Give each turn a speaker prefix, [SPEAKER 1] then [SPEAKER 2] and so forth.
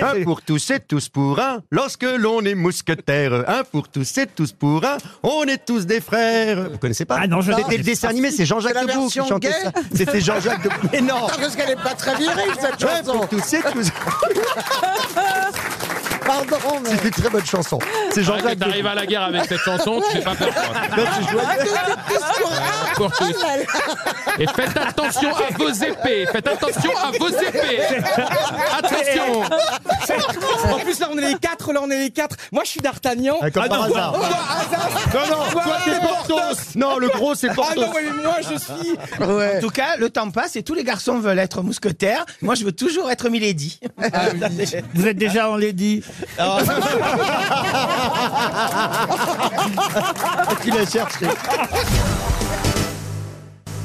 [SPEAKER 1] Un pour tous et tous pour un, lorsque l'on est mousquetaire. Un pour tous et tous pour un, on est tous des frères. Vous connaissez pas
[SPEAKER 2] Ah non, je-
[SPEAKER 1] C'était le dessin animé, c'est Jean-Jacques
[SPEAKER 3] C'est la
[SPEAKER 1] Debout qui
[SPEAKER 3] version
[SPEAKER 1] chantait
[SPEAKER 3] gay
[SPEAKER 1] ça. C'était Jean-Jacques Debout. Mais non
[SPEAKER 3] Ah, parce qu'elle n'est pas très virile, cette
[SPEAKER 1] Un
[SPEAKER 3] chanson.
[SPEAKER 1] pour tous et tous.
[SPEAKER 3] Pardon, mais...
[SPEAKER 1] C'est une très bonne chanson. C'est
[SPEAKER 4] Vrai
[SPEAKER 1] Jean-Jacques
[SPEAKER 4] Ah, que t'arrives
[SPEAKER 1] Debout.
[SPEAKER 4] à la guerre avec cette chanson, tu fais pas peur. hein. toi.
[SPEAKER 1] Non, c'est Jean-
[SPEAKER 4] Pour tous. Et faites attention à vos épées. Faites attention à vos épées. Attention.
[SPEAKER 5] En plus, là, on est les quatre, là, on est les quatre. Moi, je suis d'Artagnan.
[SPEAKER 1] Ah, Comme par hasard.
[SPEAKER 5] Non, non, toi, t'es Porthos.
[SPEAKER 1] Non, le gros, c'est
[SPEAKER 5] Ah
[SPEAKER 1] Porthos.
[SPEAKER 5] non, mais moi, je suis. En
[SPEAKER 3] Ouais.
[SPEAKER 5] tout cas, le temps passe et tous les garçons veulent être mousquetaires. Moi, je veux toujours être Milady.
[SPEAKER 2] Vous êtes déjà en lady
[SPEAKER 1] Qui l'a cherché